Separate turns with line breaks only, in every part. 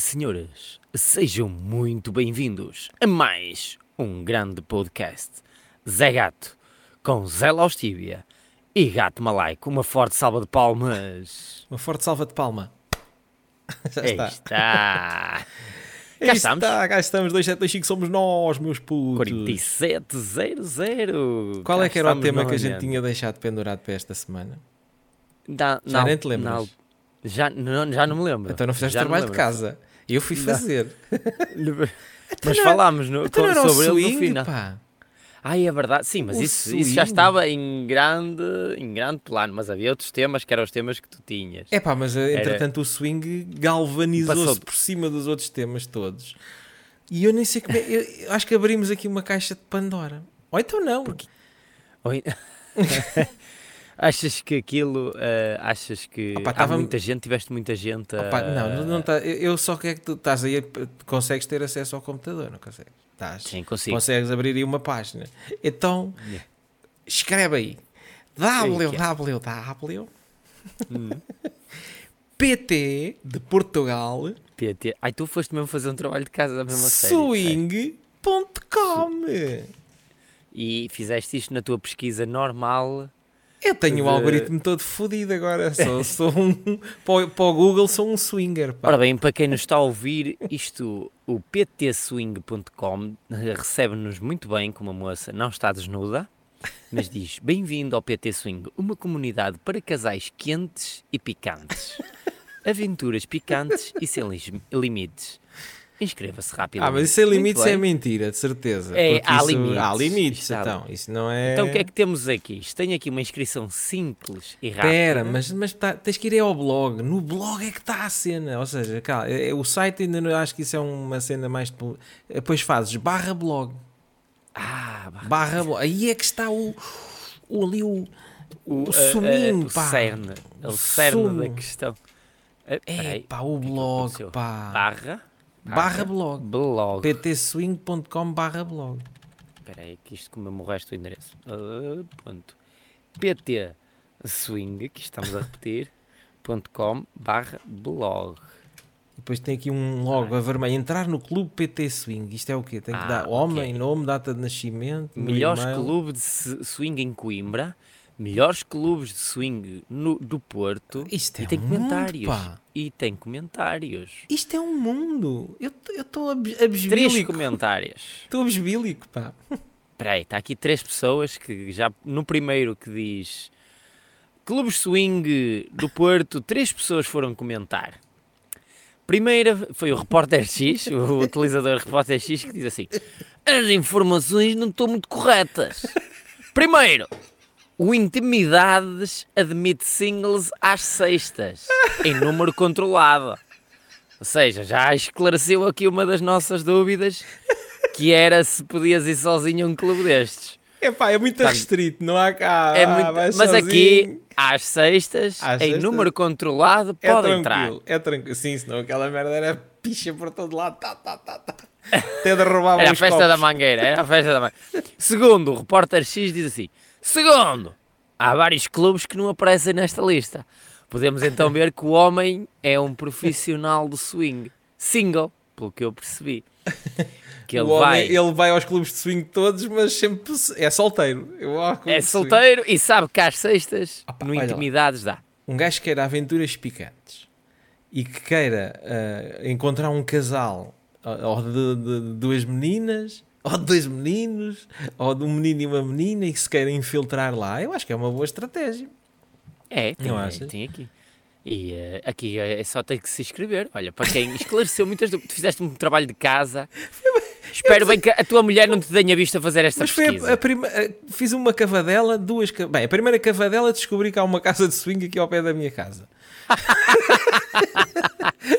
senhoras, sejam muito bem-vindos a mais um grande podcast. Zé Gato, com Zé Laustíbia e Gato Malaico. Uma forte salva de palmas.
Uma forte salva de palma. Já
Aí
está.
está.
Aí
É Cá estamos.
Está, cá estamos. 2725 somos nós, meus putos.
4700.
Qual é
Cá
que era o
estamos
tema que a gente
novamente.
tinha deixado pendurado para esta semana?
Da-
Já
na-
nem te lembras.
na- já, não, já não me lembro.
Então não fizeste
Já
trabalho
me
de
lembro.
casa. Eu fui fazer.
Mas
não-
falámos no-
Então não era o
sobre ele no
swing,
final.
pá.
Ai, é verdade. Sim, mas
O
isso, isso já
swing.
estava em grande, em grande plano. Mas havia outros temas que eram os temas que tu tinhas.
É pá, mas entretanto o swing galvanizou-se
Passou.
por cima dos outros temas todos. E eu nem sei como é. Eu, eu acho que abrimos aqui uma caixa de Pandora. Ou então não.
Oi. achas que aquilo. eh, achas que.
Opa,
há
tava-
muita gente, tiveste muita gente. a-
Opa, não, não, não tá- eu- eu só quero que tu estás aí, a- consegues ter acesso ao computador, não consegues? Estás,
Sim, consigo.
consegues abrir aí uma página. Então,
Yeah.
escreve aí
Ei, que é? Hum.
www pt de Portugal
PT. Ai, tu foste mesmo fazer um trabalho de casa da mesma série. sei.
swing.com
E fizeste isto na tua pesquisa normal.
Eu tenho o
De-
algoritmo todo fodido agora. Sou, sou um, para, o, para o Google sou um swinger. pá.
Ora bem, para quem nos está a ouvir, isto, o ptswing.com eh, recebe-nos muito bem, como a moça não está desnuda, mas diz: Bem-vindo ao PT Swing, uma comunidade para casais quentes e picantes. Aventuras picantes e sem lis- limites. Inscreva-se rapidamente.
Ah, mas isso sem
Muito
limites é
bem.
mentira, de certeza.
É,
porque
há
isso-
limites.
Há limites,
Isto há
então. Isso não é.
Então o que é que temos aqui? Isto tem aqui uma inscrição simples e rápida.
Pera, mas, mas tá- tens que ir aí ao blog. No blog é que está a cena. Ou seja, cá, é- é o site ainda não acho que isso é uma cena mais. de pu- Depois fazes barra blog.
Ah, bah,
Barra blog. Aí é que está o. o ali o. O,
a- a-
suminho,
eh, o
pá.
cerne, é o
O
cerne da
sumo.
questão. Eh,
É,
peraí,
pá, o
que é que
blog,
aconteceu?
pá.
Barra?
Barra blog.
Blog.
ptswing.com barra blog.
Espera aí, que isto comemora o resto do endereço. Ah, ponto. PT Swing, que estamos a repetir, ponto com barra blog.
Depois tem aqui um logo a vermelho. Entrar no clube PT Swing. Isto é o quê? Tem que
é? Ah,
dar homem,
ok.
nome, data de nascimento. meu
Melhores
e-mail.
clubes de se- swing em Coimbra, melhores clubes de swing no- do Porto.
Isto é
e tem
um mundo,
comentários.
pá.
e tem comentários.
Isto é um mundo. Eu estou
Três
absbílico.
comentários.
Estou absbílico, pá.
Espera aí, está aqui três pessoas que já no primeiro que diz Clube Swing do Porto, três pessoas foram comentar. Primeira foi o repórter X, o utilizador repórter X, que diz assim: As informações não estão muito corretas. Primeiro, o Intimidades admite singles às sextas, em número controlado. Ou seja, já esclareceu aqui uma das nossas dúvidas, que era se podias ir sozinho a um clube destes.
É pá, é muito restrito, não há cá.
Tá. É
ah,
muito-
vai
Mas aqui,
sozinho.
às sextas,
Às
em
sextas,
número controlado,
É
pode
tranquilo,
entrar.
é tranquilo. Sim, senão aquela merda era picha por todo lado. Tá, tá, tá, tá. Até derrubava
Era a
os
festa
copos.
da mangueira, era a festa da mangueira. Segundo, o repórter X diz assim: Segundo, há vários clubes que não aparecem nesta lista. Podemos então ver que o homem é um profissional do swing. Single, pelo que eu percebi. Que ele
o homem,
vai. é
ele vai aos clubes de swing todos, mas sempre é solteiro. Eu vou ao clube
É
de swing.
solteiro e sabe que às sextas,
Opa,
no
olha lá.
Intimidades, dá.
Um gajo que queira aventuras picantes e que queira ah, encontrar um casal ah, ou de, de- de duas meninas ou de dois meninos ou de um menino e uma menina e que se queira infiltrar lá, eu acho que é uma boa estratégia.
É, tem,
Não achas?
tem aqui. E eh, aqui é só tem que se inscrever. Olha, para quem esclareceu muitas dúvidas, tu fizeste um trabalho de casa. Espero bem que a tua mulher não te tenha visto a fazer esta
Mas foi
pesquisa.
a, a prima- a- fiz uma cavadela, duas. ca- Bem, a primeira cavadela descobri que há uma casa de swing aqui ao pé da minha casa.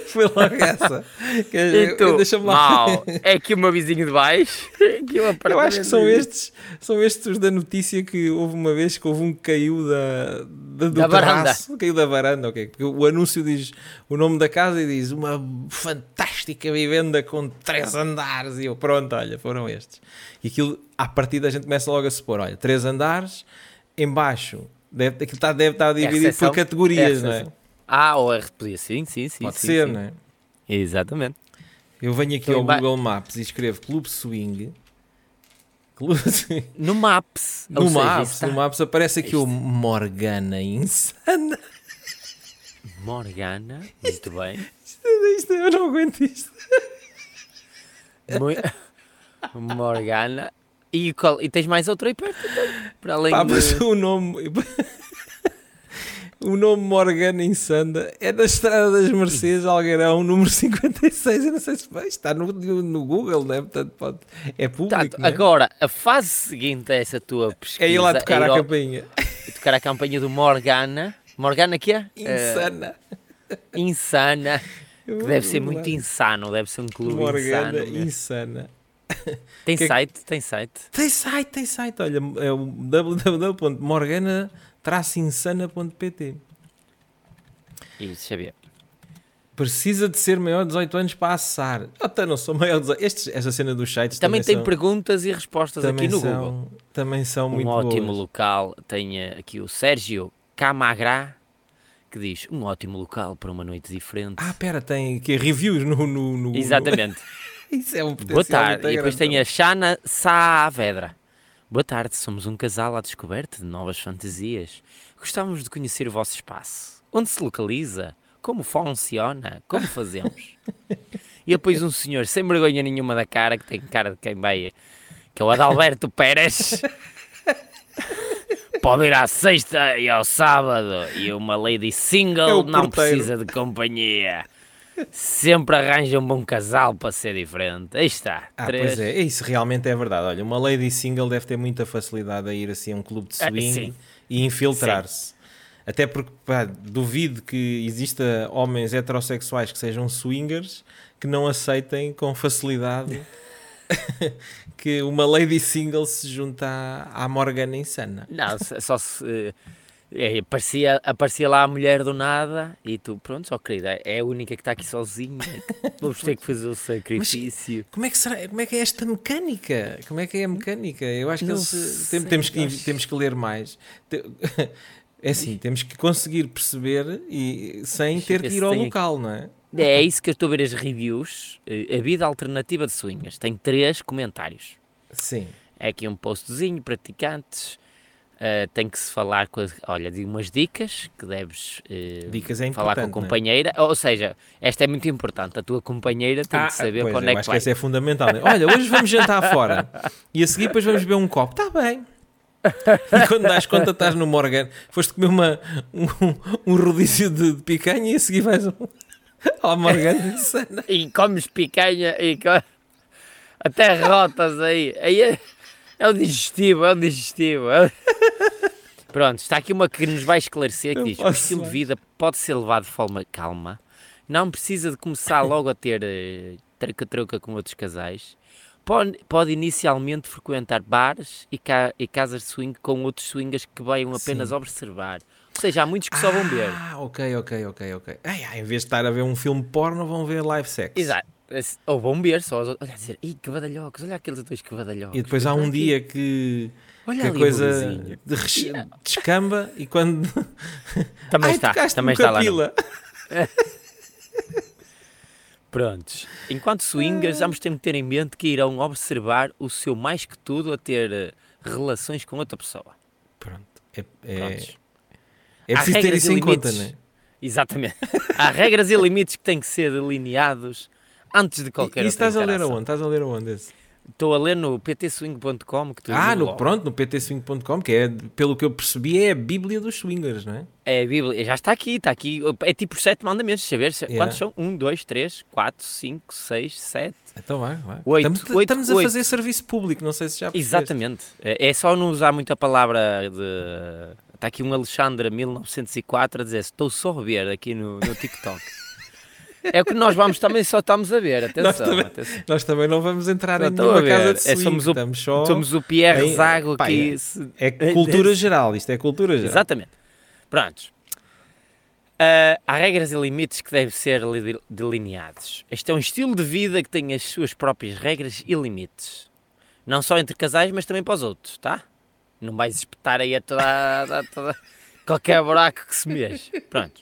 foi logo essa. Que-
E tu,
Deixa-me lá.
mal, é aqui o meu vizinho de baixo. é Aqui o
Eu acho que são
apartamento.
estes, são estes os da notícia que houve uma vez que houve um que caiu da, da, do
Da varanda.
terraço, caiu da varanda, ok. Porque o anúncio diz o nome da casa e diz uma fantástica vivenda com três andares e eu, pronto, olha, foram estes. E aquilo, à partida a gente começa logo a supor, olha, três andares, embaixo, deve, aquilo está, deve estar dividido
recepção?
por
É a
categorias, não é?
recepção. Ah, ou é podia, sim, sim, sim.
Pode
sim,
ser,
sim.
não é?
Exatamente.
Eu venho aqui
Então,
ao
vai-
Google Maps e escrevo Clube Swing. Clube Swing.
No Maps. ou
No
seja,
Maps,
isso está-
no Maps aparece aqui
tá. isto- é-
o Morgana Insana.
Morgana. Muito bem.
Isto, eu não aguento isto.
Mui- Morgana. E, qual- e tens mais outro aí perto? então? Para além
Pá,
de-
mas o nome. O nome Morgana Insana é da Estrada das Mercês, Algarão, número 56. Eu não sei se vai, está no, no Google, né? Portanto, pode, é público.
Portanto,
né?
Tá, então, agora, a fase seguinte a essa tua pesquisa
é ir lá tocar
é ir
à
ao-
campainha.
tocar a campanha do Morgana. Morgana que é? Eh,
Insana.
insana.
Eu
Que
vou
deve ser
lá.
muito insano, deve ser um clube
Morgana
insano. mesmo.
Insana.
Tem
Que-
site? Tem site.
Tem site, tem site. Olha, é o www.morgana-insana.pt.
E deixa eu ver.
Precisa de ser maior de 18 anos para acessar. Até não sou maior de 18 estes, Essa cena dos sites
Também, tem
são-
perguntas e respostas aqui
também
no
são,
Google.
Também são
Um
muito
ótimo
boas.
local. Tem eh, aqui o Sérgio Camagrá que diz: Um ótimo local para uma noite diferente.
Ah, pera, tem aqui reviews no. no, no-
Exatamente.
no- Isso é um potencial
Boa tarde.
muito
E depois
grande.
tem a Xana Saavedra. Boa tarde, somos um casal à descoberta de novas fantasias. Gostávamos de conhecer o vosso espaço. Onde se localiza? Como funciona? Como fazemos? e depois um senhor sem vergonha nenhuma da cara, que tem cara de quem vai, que é o Adalberto Pérez. Pode ir à sexta e ao sábado. E uma lady
É o
single não
porteiro.
precisa de companhia. Sempre arranja um bom casal para ser diferente. Aí está.
Ah,
Três.
pois é, isso realmente é verdade. Olha, uma lady single deve ter muita facilidade a ir assim a um clube de
Ah,
swing
sim.
e infiltrar-se. Até porque pá, duvido que exista homens heterossexuais que sejam swingers que não aceitem com facilidade que uma lady single se junta à, à Morgana Insana.
Não, se- só se. eh, eh, aparecia, aparecia lá a mulher do nada e tu, pronto, só querida, é a única que está aqui sozinha. Vamos ter que fazer o sacrifício.
Como é, que será, como é que é esta mecânica? Como é que é a mecânica? Eu acho que
Não
eles,
sei,
tem- temos, que,
eu
inv- temos que ler mais. Te- É assim, temos que conseguir perceber e, sem
Deixa eu
ter que
ver
ir
se
ao
tem aqui.
local, não é?
É isso que eu estou a ver as reviews. eh, A vida alternativa de swingers. Tem três comentários.
Sim.
É aqui um postzinho, praticantes. eh, tem que se falar com. as- Olha, digo umas dicas que deves eh,
Dicas é
falar com a
importante, não é?
companheira. Ou seja, esta é muito importante. A tua companheira tem
Ah,
de saber
pois,
para onde
eu
é que
acho
vai.
que essa é fundamental. né? Olha, hoje vamos jantar fora e a seguir depois vamos beber um copo. Está bem. E quando dás conta, estás no Morgan. Foste comer uma, um, um rodízio de, de picanha e a seguir vais um, ao Morgan é Insana.
e comes picanha e co- até rotas aí. aí é... é o digestivo, é o digestivo. é o- Pronto, está aqui uma que nos vai esclarecer que
Não
diz: o
posso
estilo de
mais.
vida pode ser levado de forma calma, não precisa de começar logo a ter eh, troca-troca com outros casais. Pode, pode inicialmente frequentar bares e, ca- e casas de swing com outros swingers que venham apenas observar. Ou seja, há muitos que só vão ver.
Ah, ok, ok, ok, ok. Ai, ai, em vez de estar a ver um filme porno, vão ver live sex.
Exato. Esse- Ou vão ver só. Olha, dizer, ei, que badalhocos, olha aqueles dois que badalhocos.
E depois há um dia que,
Olha
que a
ali o
coisa
gurizinho.
de res- descamba e quando.
Também
Ai,
está,
tocaste
também
no
está lá. é?
Capila.
Prontos. Enquanto
Ah.
swingers, ambos têm que ter em mente que irão observar o seu mais que tudo a ter eh, relações com outra pessoa.
Pronto. É, é,
Prontos.
é
Há
preciso ter
regras
isso
e
em conta, não
limites.
é?
Exatamente. Há regras e limites que têm que ser delineados antes de qualquer um
E-
outra
e isso estás a ler
interação.
aonde? Estás a ler aonde? esse?
Estou a ler no ptswing.com que tu
Ah, no,
logo.
pronto, no ptswing.com, que é, pelo que eu percebi, é a Bíblia dos swingers, não é?
É a Bíblia, já está aqui, está aqui. É tipo os sete mandamentos, saber se-
Yeah.
quantos são? Um, dois, três, quatro, cinco, seis, sete.
Então vai, vai.
Oito,
estamos,
oito,
estamos a
oito.
fazer serviço público, não sei se já percebeste.
Exatamente. É é só não usar muito a palavra de. Está aqui um Alexandre 1904 a dizer: Estou só a ver aqui no, no TikTok. é o que nós vamos também só estamos a ver.
Nós
Atenção.
também-
atenção.
Nós também não vamos entrar
Só
em
estou a
nenhuma
ver.
casa de
É,
swing,
somos o-
estamos só...
Somos o Pierre
Aí,
Zago
pá,
que
é-
se-
É cultura geral, isto é cultura geral.
Exatamente. Prontos. Ah, há regras e limites que devem ser li- delineados. Este é um estilo de vida que tem as suas próprias regras e limites. Não só entre casais, mas também para os outros, tá? Não vais espetar aí a toda, a toda- qualquer buraco que se mexe. Pronto.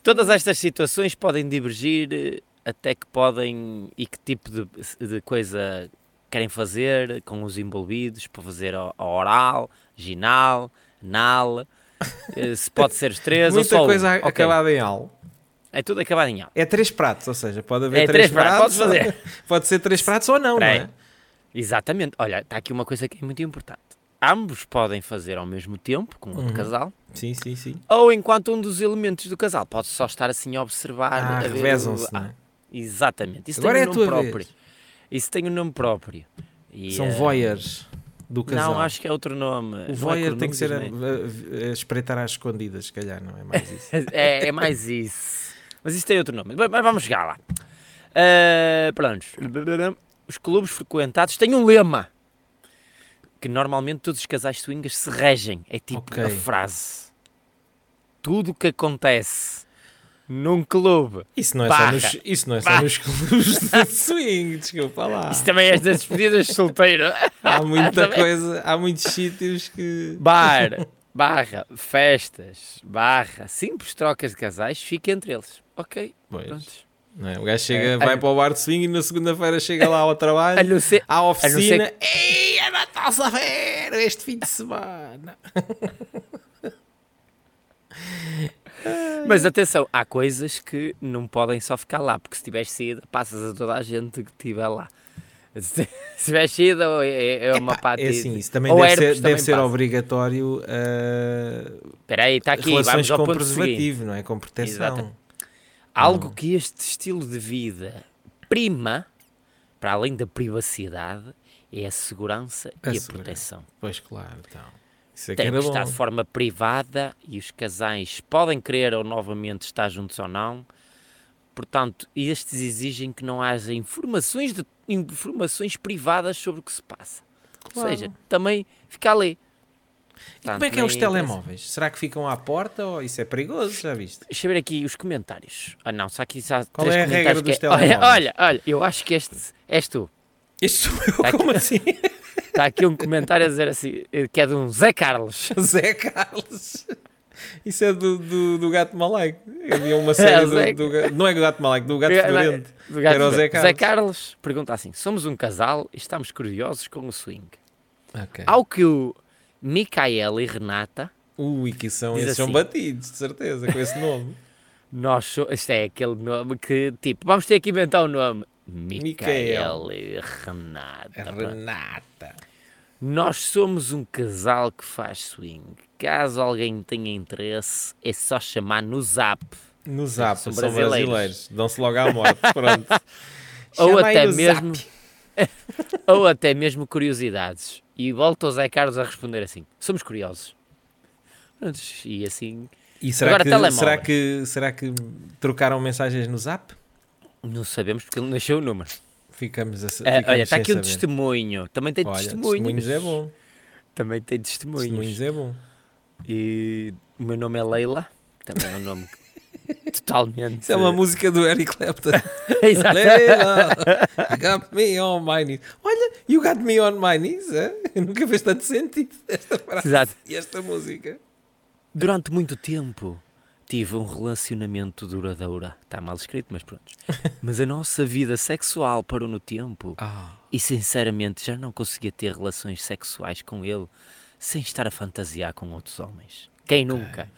Todas estas situações podem divergir eh, até que podem e que tipo de, de coisa querem fazer com os envolvidos para fazer a a oral, ginal, anal, eh, se pode ser os três ou
Muita
só um.
coisa
Ok,
acabada em al.
É tudo acabado em al.
É três pratos, ou seja, pode haver
É
três,
três pratos,
pratos.
podes
pode ser três pratos ou não, é?
Espera
não
aí. Exatamente. Olha, está aqui uma coisa que é muito importante. Ambos podem fazer ao mesmo tempo, com outro casal,
é? Sim, sim, sim.
ou enquanto um dos elementos do casal pode só estar assim a observar.
Ah,
a ver o-
revezam-se,
Ah,
não é?
Exatamente. Isso
Agora
tem
é
um
a
nome
tua vez.
próprio. Isso tem um nome próprio. E,
São
eh,
voyeurs do casal.
Não, acho que é outro nome. Não é
O voyeur tem que
cornudas,
ser a,
nem-
a- a espreitar às escondidas, se calhar, não é mais isso.
É, é mais isso. Mas isso tem outro nome. Mas mas vamos chegar lá. Ah, pronto. Os clubes frequentados têm um lema que normalmente todos os casais swingers se regem. É tipo
Ok.
a frase. Tudo o que acontece num clube.
Isso não é
Barra.
só nos, isso não é só
Barra.
nos clubes de swing, desculpa lá.
Isso também é das despedidas de solteiro.
Há muita
Também.
coisa, há muitos sítios que.
Bar, barra, festas, barra, simples trocas de casais, fica entre eles. Ok,
Pois,
prontos.
não é? O gajo chega,
É,
vai
a-
para o bar de swing e na segunda-feira chega lá ao trabalho.
A não ser,
à
ser
oficina. Ei, é Natal Saveiro este fim de semana.
Mas atenção, há coisas que não podem só ficar lá, porque se tiveres saída, passas a toda a gente que estiver lá. Se se tiveres saída, ou é, é uma
Pá, é
patente.
assim, isso também
Ou
deve
herpes
ser, deve
também
ser
passa.
obrigatório uh,
Espera aí, está aqui,
relações
vamos ao
com é?
ponto seguinte.
preservativo, não é? Com proteção.
Exato. Algo que este estilo de vida prima, para além da privacidade, é a segurança
A
e a
segurança.
proteção.
Pois claro, então. Isso é que
Tem que
era bom.
estar de forma privada e os casais podem querer ou novamente estar juntos ou não. Portanto, estes exigem que não haja informações, de- informações privadas sobre o que se passa.
Claro.
Ou seja, também fica ali. eh,
E como é que é os
assim.
telemóveis? Será que ficam à porta ou isso é perigoso? Já viste?
Deixa eu ver aqui os comentários. Ah não, só aqui já há
Qual
três
é a regra
comentários que é-
dos
olha,
telemóveis?
olha, olha, eu acho que este és tu.
Isto sou eu,
aqui-
como assim?
Está aqui um comentário a dizer assim, eh, que é de um Zé Carlos.
Zé Carlos. Isso é do, do, do gato malaico. Havia uma série do-
É Zé-
do, ga- Não é do gato malaico, do gato fedorento.
Do gato
Era o Zé
fedorento.
Carlos.
pergunta assim: somos um casal e estamos curiosos com o swing.
Ok.
Ao que o Micaela e Renata,
Ui, que são,
Diz
esses são
assim. batidos,
batidos, de certeza, com esse nome.
nós so- isto é aquele nome que tipo, vamos ter que inventar o nome. Micaela e Renata. pronto.
Renata.
Nós somos um casal que faz swing. Caso alguém tenha interesse, é só chamar no zap.
No zap, são
São
brasileiros.
brasileiros.
Dão-se logo à morte, pronto.
Ou
Chama aí
até
no
mesmo-
Zap.
Ou até mesmo curiosidades. E volta o Zé Carlos a responder assim: somos curiosos. Pronto, E assim,
E será,
Agora,
que,
telemóveis.
será, que, será que trocaram mensagens no zap?
não sabemos porque ele nasceu o número.
Ficamos a sa-
Ah,
ficamos
olha, está
sem
aqui um
saber.
testemunho. Também tem
Olha,
testemunhos.
testemunhos é bom.
Também tem testemunhos.
Testemunhos é bom.
E o meu nome é Leila. Também é um nome que- totalmente.
Isso é uma música do Eric Clapton.
Exato.
Leila, got me on my knees. Olha, you got me on my knees. É? Nunca fez tanto sentido esta frase
Exato.
e esta música.
Durante muito tempo tive um relacionamento duradouro. Está mal escrito, mas pronto. Mas a nossa vida sexual parou no tempo
Ah.
e sinceramente já não conseguia ter relações sexuais com ele sem estar a fantasiar com outros homens. Quem nunca?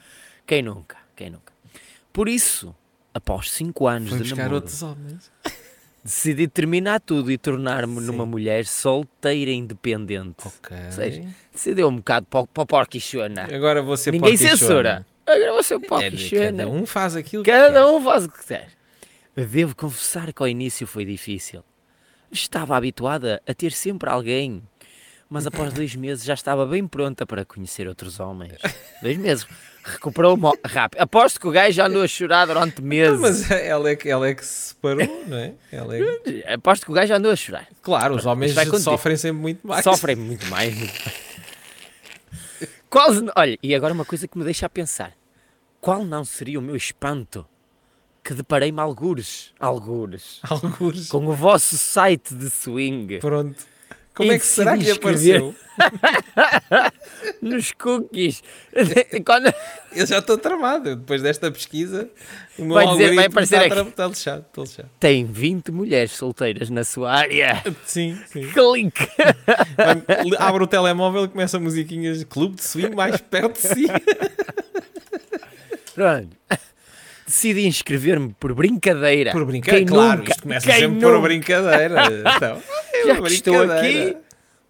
Quem nunca? Quem nunca? Por isso, após 5 anos
Foi
de
buscar
namoro,
outros homens.
decidi terminar tudo e tornar-me
Sim.
numa mulher solteira e independente.
Ok. É,
Ou seja, decidi um bocado para o- para o porquichona.
Agora você
Ninguém censura. Agora você é um
Cada
porquichona.
um faz aquilo que
Cada
quer.
um faz o que quiser. Devo confessar que ao início foi difícil. Estava habituada a ter sempre alguém, mas após dois meses já estava bem pronta para conhecer outros homens. Dois meses. Recuperou-me ao- rápido. Aposto que o gajo já andou a chorar durante
Não,
meses.
Mas ela é, que, ela é que se separou, não é? Ela é que-
Aposto que o gajo já andou a chorar.
Claro, os homens
Isto vai contigo.
sofrem sempre muito mais.
Sofrem muito mais. Quase. n- Olha, e agora uma coisa que me deixa a pensar: qual não seria o meu espanto que deparei-me algures, algures,
Alguns.
com o vosso site de swing,
Pronto. Como é que será que lhe apareceu?
Nos cookies. Quando-
Eu já estou tramado. Depois desta pesquisa, o meu
Vai dizer- vai
algoritmo
aparecer
está,
aqui.
tra- está lixado, está lixado.
Tem 20 mulheres solteiras na sua área.
Sim, sim.
Clique.
Vai- le- Abre o telemóvel e começa musiquinhas Clube de Swing mais perto de si.
Pronto. Decidi inscrever-me por brincadeira.
Por
Quem
brincadeira, claro.
nunca?
Isto começa
Quem
sempre por
nunca?
brincadeira. Então, é
Já
uma
que estou
brincadeira.
aqui,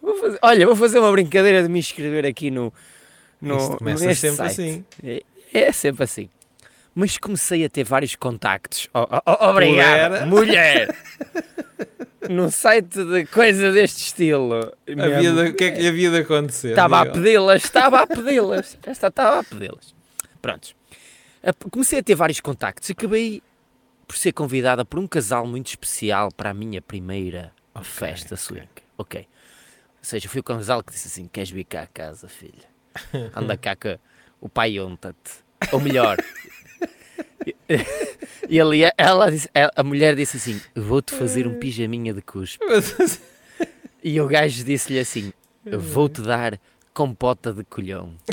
vou fazer- olha, vou fazer uma brincadeira de me inscrever aqui no. no
Isto começa
neste
sempre
site.
assim.
É, é sempre assim. Mas comecei a ter vários contactos. O- o- o- obrigado,
Mulher.
mulher! Num site de coisa deste estilo.
Havia de- O que é que lhe havia de acontecer?
Estava a
Diga.
pedi-las, estava a pedi-las. Esta estava a pedi-las. Prontos. A- Comecei a ter vários contactos. Acabei por ser convidada por um casal muito especial para a minha primeira festa swing. Ok. Ou seja, foi o casal que disse assim: Queres vir cá a casa, filha? Anda cá que o pai onta-te. Ou melhor. E ali a- ela disse- a a mulher disse assim: Vou-te fazer um pijaminha de cuspe.
Mas-
E o gajo disse-lhe assim: "Eu Vou-te dar compota de colhão.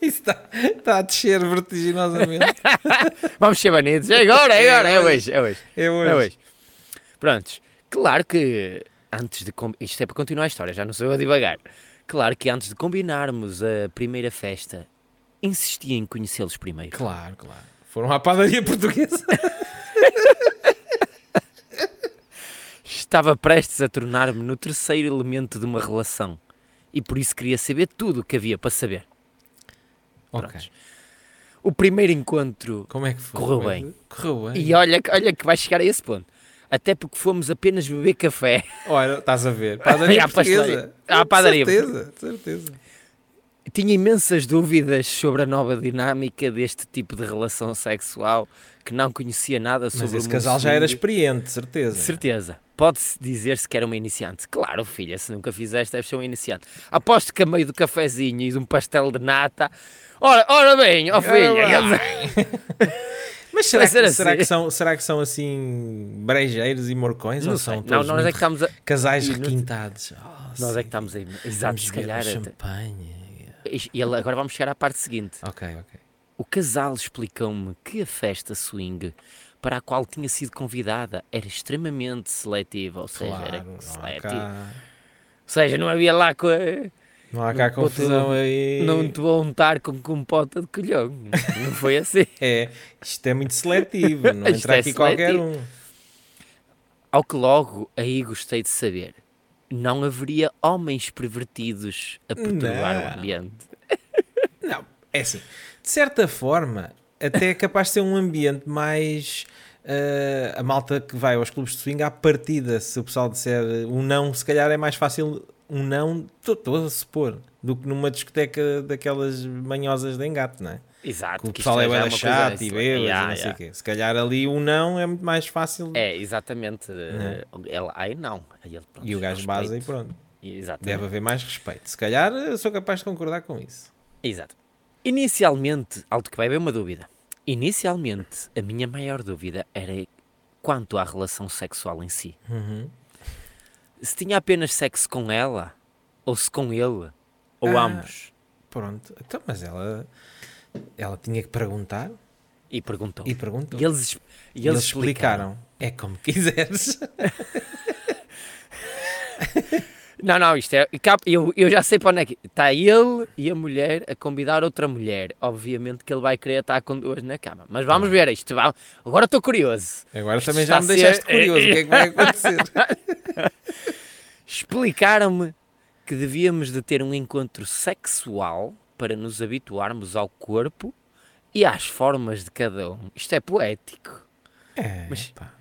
Isso
tá,
está, está a descer vertiginosamente.
Vamos ser banidos. É agora, é agora, é hoje, é hoje.
É
É
hoje.
hoje. Prontos. Claro que antes de. com- Isto é para continuar a história, já não sou eu a divagar. Claro que antes de combinarmos a primeira festa, insisti em conhecê-los primeiro.
Claro, claro. Foram à padaria portuguesa.
Estava prestes a tornar-me no terceiro elemento de uma relação e por isso queria saber tudo o que havia para saber.
Ok.
Prontos. O primeiro encontro
Como é que foi?
Correu
Como é que- Correu bem.
E olha, que- olha que vai chegar a esse ponto. Até porque fomos apenas beber café.
Olha, estás a ver. Padaria
À pastelaria.
portuguesa.
À padaria.
De certeza, de certeza.
Tinha imensas dúvidas sobre a nova dinâmica deste tipo de relação sexual que não conhecia nada sobre
Mas
o
esse
mundo
casal já era
swing.
experiente, de certeza.
Certeza. Pode-se dizer-se que era uma iniciante. Claro, filha, se nunca fizeste, deve ser um iniciante. Aposto que a meio do cafezinho e de um pastel de nata. Ora, ora bem, ó filha.
Mas será,
Mas era
que, será,
assim.
que são, será que são assim brejeiros e morcões?
Não,
ou
sei.
são
não,
todos
nós é
muito
que estamos a.
casais
Inútil.
requintados? Oh,
Nós
sim.
é que estamos aí. Exato,
Vamos
se
beber
calhar. até-
champanhe.
E ele- agora vamos chegar à parte seguinte.
Ok, ok.
O casal explicou-me que a festa swing para a qual tinha sido convidada era extremamente seletiva, ou seja, era
Claro, não há,
seletiva.
cá,
Ou seja, não havia lá co- eh,
não há cá
Não pode-
confusão aí.
não te vou untar com compota de colhão. Não foi assim.
É, isto é muito seletivo, não
Isto
entra
é
aqui qualquer
seletivo.
um.
Ao que logo aí gostei de saber, não haveria homens pervertidos a perturbar
Não.
o ambiente.
Não, é assim, de certa forma, até é capaz de ser um ambiente mais. eh, a malta que vai aos clubes de swing à partida, se o pessoal disser um não, se calhar é mais fácil um não, estou a supor, do que numa discoteca daquelas manhosas de engate, não é?
Exato.
Que o
que Ah, isto
pessoal é
já
bem
uma coisa assim.
chato e
desse-
bebas e
Yeah,
não sei o
yeah.
quê. Se calhar ali um não é muito mais fácil.
É, exatamente. eh, Ele, ai não. Aí ele, pronto,
Né? E o gajo
é respeito.
base e pronto.
Exatamente.
Deve haver mais respeito. Se calhar eu sou capaz de concordar com isso.
Exato. Inicialmente, alto que vai haver uma dúvida. Inicialmente, a minha maior dúvida era quanto à relação sexual em si.
Uhum.
Se tinha apenas sexo com ela, ou se com ele, ou
Ah.
ambos.
Pronto, então, mas ela, ela tinha que perguntar
E perguntou.
e perguntou.
E eles, es- e eles
E eles explicaram. É como quiseres.
Não, não, isto é. cap- Eu, eu já sei para onde é que. Está ele e a mulher a convidar outra mulher. Obviamente que ele vai querer estar com duas na cama. Mas vamos
Ah.
ver isto. va- Agora estou curioso.
Agora
Isto
também
está
já me
a ser-
deixaste curioso. o que é que vai acontecer?
explicaram-me que devíamos de ter um encontro sexual para nos habituarmos ao corpo e às formas de cada um. Isto é poético.
É,
Mas-
pá.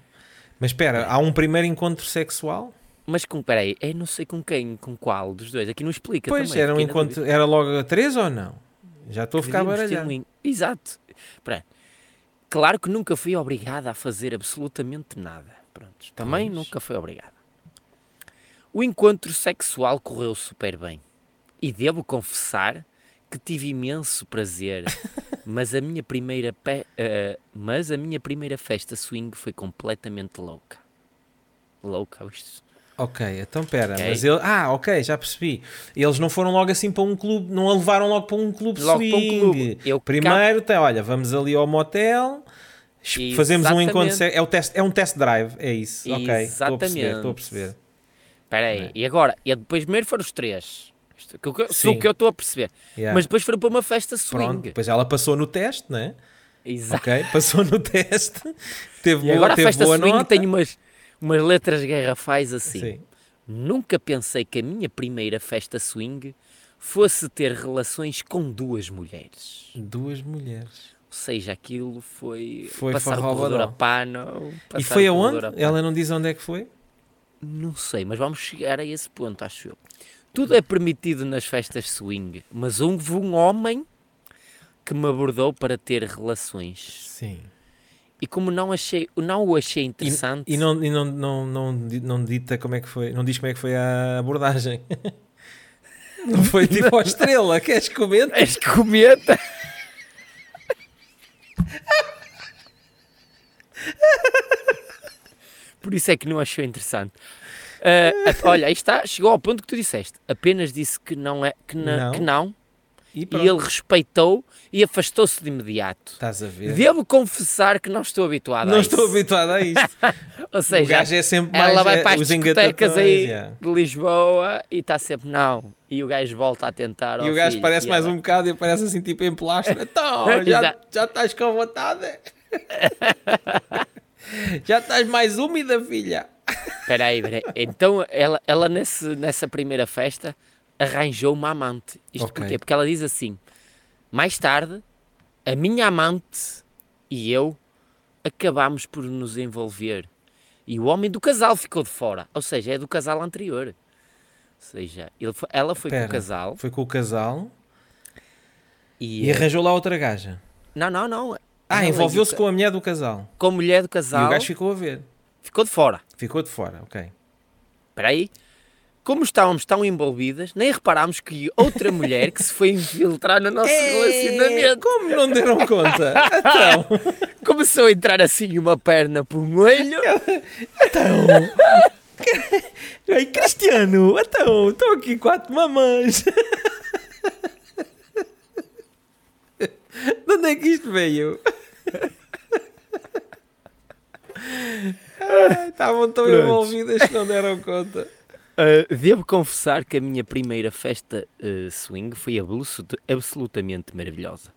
Mas espera, há um primeiro encontro sexual?
Mas com, peraí, eu não sei com quem, com qual dos dois. Aqui não explica
pois,
também.
era um
fiquei na
encontro. Era logo a três ou não? Já estou a
dúvida.
ficar
Devíamos ter
baralhado.
um en- Exato. Espera. Claro que nunca fui obrigada a fazer absolutamente nada. Pronto. Também
Pois.
nunca fui obrigada. O encontro sexual correu super bem. E devo confessar que tive imenso prazer, mas a minha primeira pe- eh, mas a minha primeira festa swing foi completamente louca. louca. isto.
Ok, então pera,
Ok.
mas ele. Ah, ok, já percebi. Eles não foram logo assim para um clube, não a levaram logo para um clube
Logo
swing.
para um clube. Eu
Primeiro tem, olha, vamos ali ao motel, es-
Exatamente.
fazemos um encontro. se- É, o test, é um test drive, é isso. Ok, estou a perceber,
Exatamente.
estou a perceber.
Espera aí,
é?
e agora? E depois primeiro foram os três. Isto, que, eu- que, eu-
Sim.
o que eu estou a perceber.
Yeah.
Mas depois foram para uma festa
Pronto,
swing.
depois ela passou no teste, né?
Exato.
Ok, passou no teste, teve
E
boa,
agora a
teve
festa
boa
swing
nota.
tem umas, umas letras garrafais assim.
Sim.
Nunca pensei que a minha primeira festa swing fosse ter relações com duas mulheres.
Duas mulheres.
Ou seja, aquilo foi,
Foi
passar o
farroba,
corredor a
não.
pano.
E
passar
foi
o
aonde?
corredor a pano.
Ela não diz onde é que foi?
Não sei, mas vamos chegar a esse ponto, acho eu. Tudo é permitido nas festas swing, mas houve um homem que me abordou para ter relações.
Sim.
E como não, achei, não o achei
E-
interessante,
E, não, e não, não, não, di- não dita como é que foi, não diz como é que foi a abordagem. Não foi tipo a estrela, queres que comente?
és cometa. Por isso é que não achou interessante. Ah, a- olha, aí está, chegou ao ponto que tu disseste. Apenas disse que não é que na-
Não.
que não
E
e
pronto,
ele respeitou e afastou-se de imediato.
estás a ver.
Devo confessar que não estou habituado a
É. Não
isso.
estou habituado a isto.
Ou
o
seja,
gajo é sempre mais
ela vai
é,
para as
os é.
discotecas
engatatóis,
aí
yeah.
de Lisboa e está sempre não. E o gajo volta a tentar.
E
ó
o gajo
filho,
parece
e
mais
ela-
um bocado e parece assim tipo em plástico. Então, já,
Exato.
já estás com vontade. já estás mais úmida, filha.
Espera aí, espera aí. Então ela, ela nesse, nessa primeira festa arranjou uma amante. Isto
Ok.
porquê? Porque ela diz assim: mais tarde, a minha amante e eu acabámos por nos envolver. E o homem do casal ficou de fora. Ou seja, é do casal anterior. Ou seja, ele fo- ela foi com
Espera,
o casal
Foi com o casal
e.
e arranjou lá outra gaja.
Não, não, não.
Ah,
Não,
envolveu-se
é do
com a mulher do casal.
ca- com a mulher do
E o
casal.
gajo ficou a ver.
Ficou de fora.
Ficou de fora, ok.
Espera aí. Como estávamos tão envolvidas, nem reparámos que outra mulher que se foi infiltrar no nosso
É. assim
relacionamento
Como não deram conta? Então,
começou a entrar assim uma perna por um olho.
ei, Cristiano, então, estão aqui quatro mamães. De onde é que isto veio? Ai, Estavam tão
Pronto.
envolvidas que não deram conta.
Ah, devo confessar que a minha primeira festa ah, swing foi absu- absolutamente maravilhosa.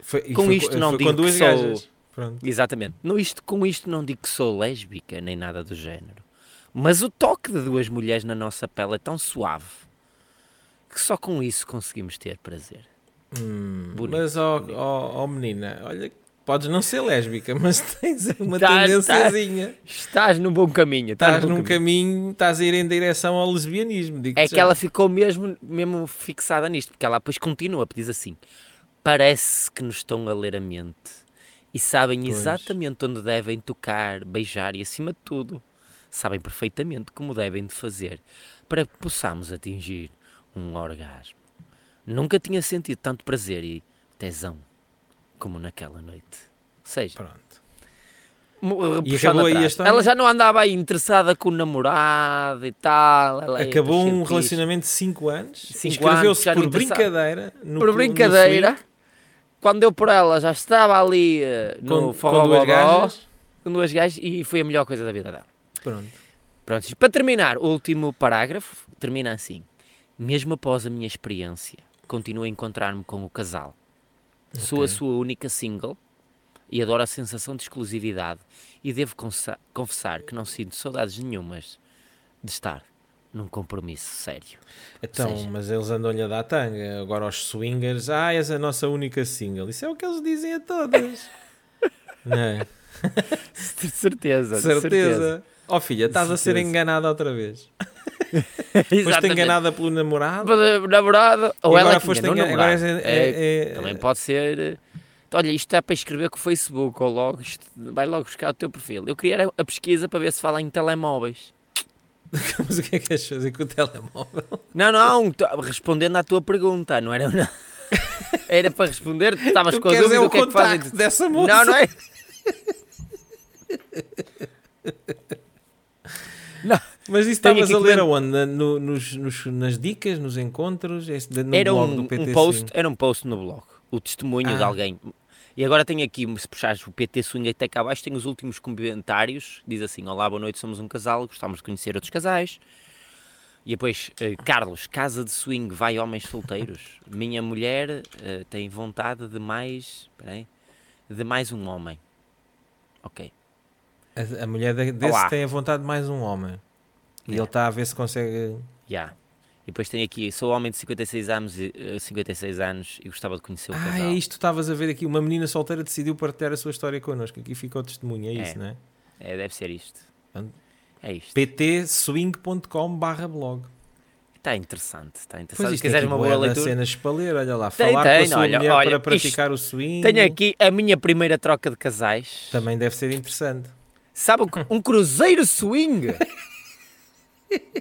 Foi- e
Com
foi
isto
co-
não
foi
digo
com duas
que sou-
gajas. Pronto.
Exatamente. Não isto, com isto não digo que sou lésbica nem nada do género. Mas o toque de duas mulheres na nossa pele é tão suave que só com isso conseguimos ter prazer. Bonito.
Hum, Mas, ó ó- ó, menina, olha, podes não ser lésbica, mas tens uma
Tá, tá.
tendênciazinha.
Estás num bom caminho.
Estás
num bom
num caminho, estás a ir em direção ao lesbianismo. digo-te
É
já.
que ela ficou mesmo, mesmo fixada nisto, porque ela depois continua, diz assim: parece que nos estão a ler a mente e sabem
Pois.
exatamente onde devem tocar, beijar e, acima de tudo, sabem perfeitamente como devem de fazer para que possamos atingir um orgasmo. Nunca tinha sentido tanto prazer e tesão como naquela noite. Ou seja,
Pronto.
mo-
E
puxando
acabou aí a
atrás,
história?
ela já não andava aí interessada com o namorado e tal. ela ia
Acabou
para
um
os cientistas.
relacionamento de 5 anos.
Cinco anos,
Inscreveu-se
já não
por
interessava.
brincadeira. No
por
clube, no
brincadeira, quando eu por ela já estava ali eh,
swing, com,
no
com duas
gajas.
gajas.
com duas gajas e foi a melhor coisa da vida dela.
Pronto.
Pronto, para terminar, o último parágrafo termina assim. Mesmo após a minha experiência, continuo a encontrar-me com o casal. Sou a sua única single e adoro a sensação de exclusividade e devo consa- confessar que não sinto saudades nenhumas de estar num compromisso sério.
Então,
seja-
mas eles andam-lhe a dar tanga. Agora aos swingers, ah, és a nossa única single. Isso é o que eles dizem a todas. não é?
De certeza, de
Certeza. Ó filha, estás a ser
certeza.
enganada outra vez. Foste
Exatamente.
enganada pelo namorado.
Para namorada ou
e
ela
agora
que
foste
enganou
engan-
o
agora és-
namorado. É,
é- é-
também pode ser eh, olha isto é para escrever com o Facebook ou logo isto- vai logo buscar o teu perfil eu queria era a pesquisa para ver se fala em telemóveis
Mas o que é que queres fazer com o telemóvel?
não não t- respondendo à tua pergunta não era não. era para responder tu estavas
tu
com a
queres
dúvida
é
o
o
que é que fazem
contacto dessa
é?
moça.
não não é Não,
Mas isso
Tenho
estavas
aqui
a
que
ler
lembro.
aonde? Na- no- nos, nos- nas dicas, nos encontros? Esse- no
era
blog
um,
do PT,
um post,
Swing?
era um post no blog, o testemunho de
Ah.
alguém. E agora tenho aqui, se puxares o PT Swing até cá abaixo, tenho os últimos comentários. Diz assim: Olá, boa noite, somos um casal, gostamos de conhecer outros casais. E depois, eh, Carlos, casa de swing, vai homens solteiros. Minha mulher eh, tem vontade de mais. Peraí, de mais um homem. Ok.
A, a mulher de- desse
Olá.
tem a vontade de mais um homem. E ele está a ver se consegue.
Já. E depois tem aqui, sou homem de 56 anos, e, eh, 56 anos e gostava de conhecer o
Ah,
casal.
é isto que estavas a ver aqui. Uma menina solteira decidiu partilhar a sua história connosco. Aqui ficou testemunha, é isso,
É.
não é?
É, deve ser isto.
Pronto.
É isto.
ptswing.com/blog.
Está Tá interessante, está interessante.
Pois
Se
isto tem
quiseres
aqui
uma boa
bué da
leitura.
cenas para ler, olha lá.
Tem,
Falar com a
tem,
sua
olha,
mulher
olha,
para
isto-
praticar o swing.
Tenho aqui a minha primeira troca de casais.
Também deve ser interessante.
Sabe o que- um cruzeiro swing?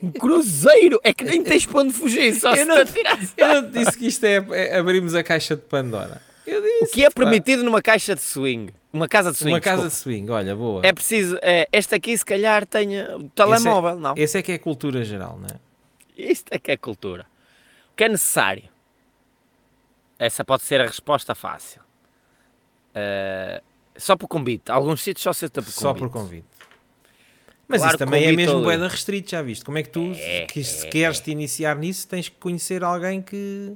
Um cruzeiro! É que nem tens para onde fugir, só
Eu
se
não-
te atirares.
Eu não te disse que isto é, é abrimos a caixa de Pandora. Eu
O
disse.
que é
pá.
permitido numa caixa de swing? Uma casa de swing.
Uma casa
desculpa.
de swing, olha, boa.
É preciso. é, esta aqui, se calhar, tem eh, o telemóvel. Não.
Esse é que é cultura geral, não é?
Isto é que é cultura. O que é necessário? Essa pode ser a resposta fácil. Eh, só por convite. Alguns sítios só aceita por convite.
Só por convite. Mas
Claro
isso
que
também é
convite
mesmo
ali.
boeda restrito, já viste? Como é que tu,
É,
que se
é,
queres te iniciar nisso, tens que conhecer alguém que,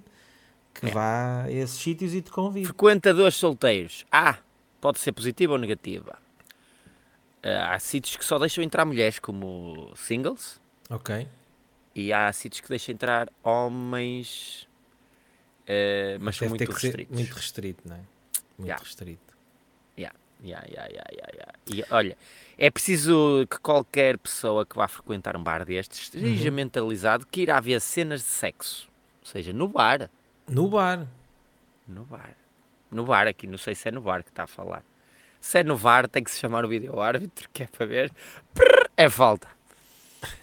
que
É.
vá a esses sítios e te convide.
Frequentadores solteiros. A. Pode ser positiva ou negativa. Eh, há sítios que só deixam entrar mulheres, como singles.
Ok.
E há sítios que deixam entrar homens, eh, mas são
Deve ter
muito
que ser
restritos.
muito restrito, não é? Muito
Yeah.
restrito.
Ya, ya, ya, ya, ya, ya. E olha, é preciso que qualquer pessoa que vá frequentar um bar destes
Uhum.
esteja mentalizado que irá haver cenas de sexo. Ou seja, no bar.
No bar.
No bar. No bar aqui, não sei se é no bar que está a falar. Se é no VAR, tem que se chamar o vídeo-árbitro, que é para ver. Prrr, é falta.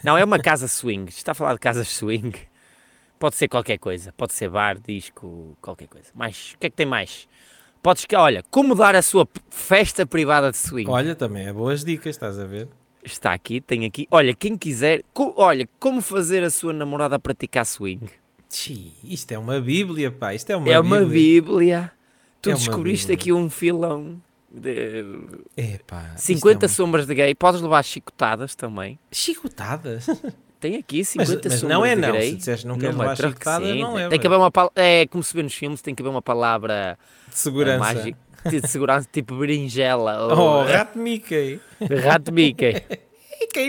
Não, é uma casa swing. Está a falar de casas swing. Pode ser qualquer coisa. Pode ser bar, disco, qualquer coisa. Mas o que é que tem mais? Podes que, olha, como dar a sua p- festa privada de swing.
Olha, também é boas dicas, estás a ver?
Está aqui, tem aqui. Olha, quem quiser, co- olha, como fazer a sua namorada praticar swing.
Tchi, isto é uma bíblia, pá. Isto é uma
é uma
bíblia.
bíblia. Tu
É uma
descobriste
bíblia.
aqui um filão de
Epá, isto
50
é uma-
sombras de gay. Podes levar chicotadas também.
Chicotadas?
Tem aqui 50
Mas, mas
sombras
não é
de
não.
grey.
Se disseres não
Não, é
queres
mas
levar
claro que
chicotada,
sim.
não leva.
Tem que haver uma palavra. É como se vê nos filmes, tem que haver uma palavra eh,
De segurança.
mágica de segurança, tipo berinjela
Oh,
ou
rato Mickey.
rato Mickey. É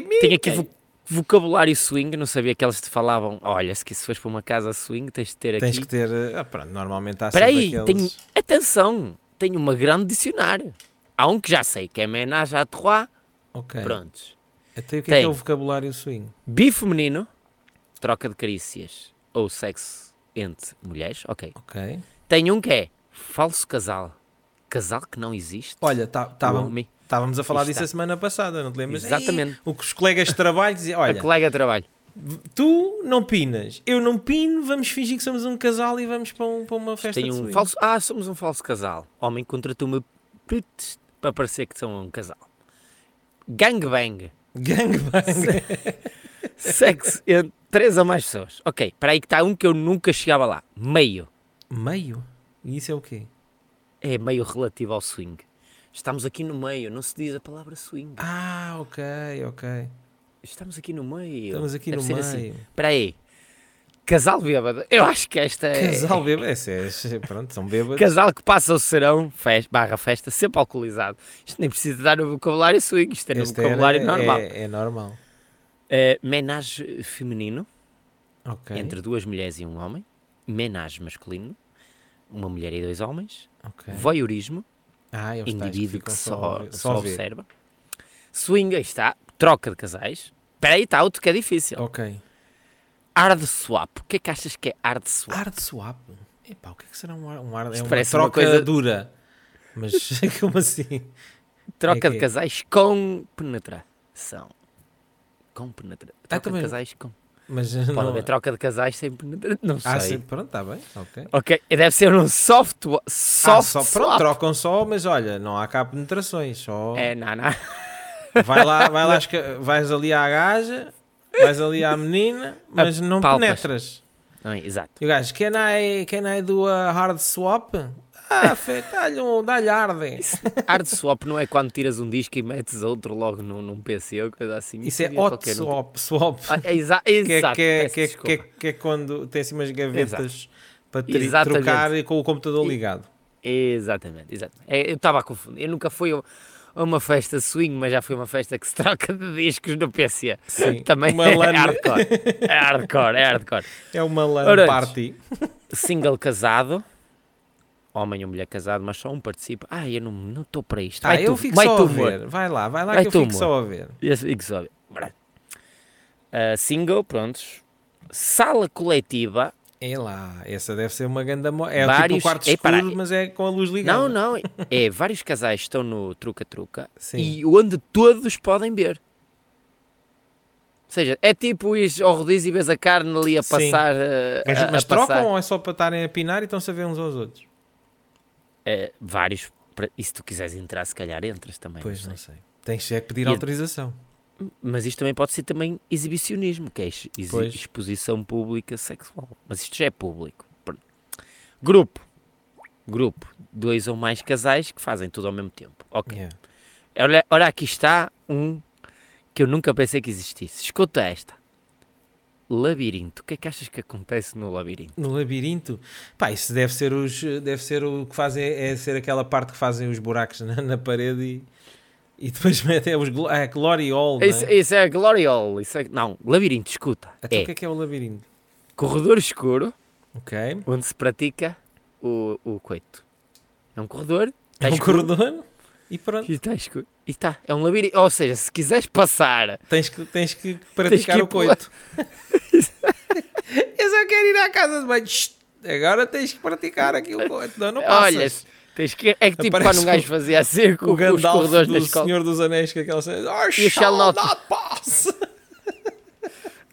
Mickey,
Tem aqui vo- vocabulário swing, não sabia que eles te falavam. Olha, se que se fores para uma casa swing, tens de ter aqui.
Tens que ter. eh, Ah, pronto, normalmente há
Espera
sempre
aí,
aqueles.
tenho... atenção, tenho uma grande dicionário. Há um que já sei, que é Ménage à Trois.
Ok.
Prontos.
Até o que é, que é
Tem.
o vocabulário swing?
Bifeminino, troca de carícias ou sexo entre mulheres, ok.
Ok.
Tem um que é falso casal. Casal que não existe.
Olha, estávamos
homem.
a falar
Isto
disso
tá.
a semana passada, não te lembras?
Exatamente.
Ei, o que os colegas de trabalho diziam:
A
olha,
colega de trabalho.
tu não pinas, eu não pino, vamos fingir que somos um casal e vamos para, um- para uma festa
Tem
de
um
swing.
falso. Ah, somos um falso casal. Homem contratou-me putz, para parecer que são um casal. Gangbang.
Gangbang.
Sexo entre três a mais pessoas. Ok, para aí que está um que eu nunca chegava lá. Meio.
Meio? E isso é o quê?
É meio relativo ao swing. Estamos aqui no meio, não se diz a palavra swing.
Ah, ok, ok.
Estamos aqui no meio.
Estamos aqui
Deve
no
ser
meio.
assim. Espera aí. Casal bêbado. Eu acho que esta é.
Casal bêbado. Esse é- é- pronto, são bêbados.
Casal que passa o serão, festa, barra festa, sempre alcoolizado. Isto nem precisa dar no vocabulário swing, isto é no
Este
vocabulário
é,
normal.
É, é normal.
Eh, menage feminino,
Ok.
entre duas mulheres e um homem. Menage masculino, uma mulher e dois homens.
ok.
Voyeurismo,
Ah, é os tais
indivíduo que
ficam
só,
a ver-
só
a ver.
observa. Swing, aí está. Troca de casais. Espera aí, está outro que é difícil.
Ok.
Hard swap. O que é que achas que é hard swap?
Hard swap. Epá, o que é que será um hard? Um hard é
Isto
uma
parece uma
troca
coisa-
dura. Mas como assim?
Troca
É
de
que-
casais com penetração. Com penetração. Troca
Ah, também-
de casais com.
Mas
Pode
não...
haver troca de casais sem penetração. Não sei.
Ah, sim, pronto, está bem. Ok.
Ok, deve ser um soft, wa- soft
Ah, só, pronto,
swap.
trocam só, mas olha, não há cá penetrações, só
É, não, não.
Vai lá, vai lá, esca- vais ali à gaja, vais ali à menina, mas não
palpas.
penetras.
Ah, exato.
E o gajo, can I, can I do a hard swap? Ah, fe- dá-lhe um, dá-lhe hardem.
Hard swap não é quando tiras um disco e metes outro logo num, num PC ou coisa assim.
Isso é
Podia
hot
qualquer um.
swap, swap.
Ah, é exa-
que, é,
exato.
que, é,
peço
que, é, que, é,
desculpa.
que é quando tem assim umas gavetas para tri-
Exatamente.
trocar e com o computador ligado.
Exatamente, exatamente. É, eu estava a confundir. Eu nunca fui a um, a uma festa swing, mas já foi uma festa que se troca de discos no PC.
Sim,
Também
uma
é
LAN.
hardcore. É hardcore, é hardcore.
É uma LAN
Ora,
party.
Single casado. Homem ou mulher casado, mas só um participa. Ah, eu não não estou para isto.
Ah,
Vai
eu
tu,
fico
vai
só
tu,
a
amor.
ver. Vai lá, vai lá
Vai
que eu
tu,
fico
amor.
só a ver.
Esse Big Sobe. Bora. Ah, single, prontos. Sala coletiva.
É lá, essa deve ser uma ganda... Mo... É tipo um
Vários-
quarto
Ei, para
escuro,
aí.
mas é com a luz ligada.
Não, não. É, vários casais estão no truca-truca
Sim.
e onde todos podem ver. Ou seja, é tipo ir ao rodízio e vês a carne ali a
Sim.
passar. ah,
Mas,
a,
mas
a
trocam
passar.
ou é só para estarem a pinar e estão-se a ver uns aos outros?
Ah, vários. pra- E se tu quiseres entrar, se calhar entras também.
Pois
não
não
sei.
sei. Tens é que pedir
E-
autorização.
Mas isto também pode ser também exibicionismo, que é ex- exi-
Pois.
exposição pública sexual. Mas isto já é público. Pronto. Grupo. Grupo. Dois ou mais casais que fazem tudo ao mesmo tempo. Ok.
Yeah.
Olha, olha, aqui está um que eu nunca pensei que existisse. Escuta esta. Labirinto. O que é que achas que acontece no labirinto?
No labirinto? Pá, isso deve ser os. Deve ser o que fazem. É ser aquela parte que fazem os buracos na, na parede e, e depois metem os. glo- É glory hole.
Isso,
não é?
isso é gloriol. Isso é... Não, labirinto, escuta.
Então o
É
que é que é o labirinto? É um
corredor escuro
Ok.
onde se pratica o, o coito. É um corredor.
É
está
um
escuro,
corredor e pronto.
E está escuro. E está. É um labirinto. Ou seja, se quiseres passar.
Tens que, tens que praticar
que ir
o coito. Eu só quero ir à casa de banho. Shhh, Agora tens que praticar aquilo coito. Não, não passas.
olha, tens que, é que tipo
Aparece
quando um gajo
o-
fazia assim com
o
os
Gandalf
corredores da
do
escola.
Senhor dos Anéis que aquela cena oh,
E o
shall
shall not."
not pass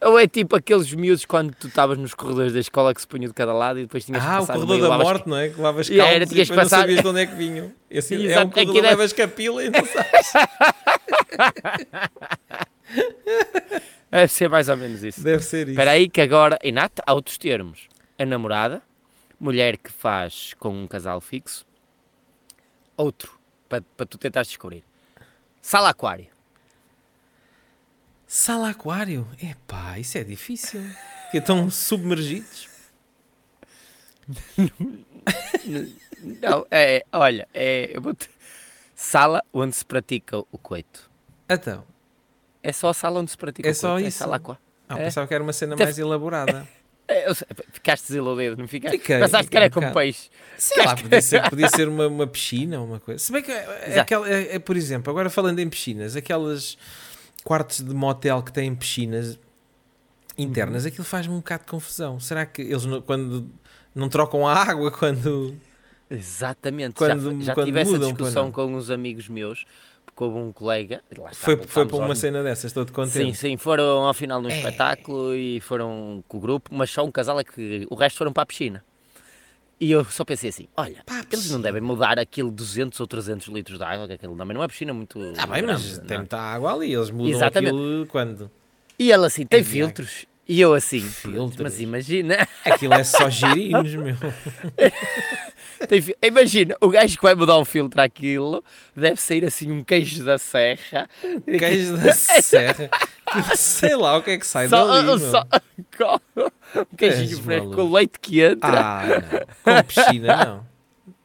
Ou é tipo aqueles miúdos quando tu estavas nos corredores da escola que se punham de cada lado e depois tinhas que
ah, o
passar no
corredor
meio,
da
levavas-
morte, não é? que lavas
Yeah, era,
caldos e
tinhas
depois
que
não
passar-
sabias de onde é que vinham Esse é
Exato,
um corredor
aqui
que
deve-
levas capila e não sabes
Deve ser É, mais ou menos isso.
deve ser isso
Espera aí que agora, Inato, há outros termos. A namorada, mulher que faz com um casal fixo. Outro, para tu tentares descobrir. Sala aquário.
sala aquário epá, isso é difícil que estão submergidos
Não, é, olha, é, eu vou te- sala onde se pratica o coito.
então
É só a sala onde se pratica
É
o coito.
só
É
isso?
sala aquário.
ah,
É.
pensava que era uma cena
Deve-
mais elaborada
É, eu sei- Ficaste desiludido, não ficaste?
Fiquei,
Pensaste que
fiquei
era
um
com
bocado.
peixe.
sei lá, podia ser, podia ser uma, uma piscina ou uma coisa se bem que é- é
Exato.
aquela, é- é, por exemplo, agora falando em piscinas aquelas quartos de motel que têm piscinas internas,
Uhum.
aquilo faz-me um bocado de confusão será que eles não- quando não trocam a água quando
Exatamente.
Quando-
já já
quando
tive essa
mudam,
discussão
pois
com uns amigos meus, porque houve um colega. lá está,
Foi, foi
voltámos
para
ao-
uma cena É. dessas, estou-te
Sim,
contente.
sim, foram ao final no espetáculo e foram com o grupo, mas só um casal é que o resto foram para a piscina. E eu só pensei assim: olha,
Para a
eles não devem mudar aquilo 200 ou 300 litros de água, que aquilo também não é piscina muito.
Ah, bem, mas
grande,
tem
não. é?
muita água ali, eles mudam
Exatamente.
aquilo quando.
E ela assim: tem filtros? E eu assim:
Filtros.
mas imagina.
Aquilo é só girinhos, meu.
Tem fi- Imagina, o gajo que vai mudar o filtro àquilo deve sair assim um queijo da serra.
Queijo da serra. Sei lá o que é que sai
é Só, uh,
dali, meu.
só- um queijinho
És
fresco com
maluco.
leite que entra.
Ah, não. Com piscina, não.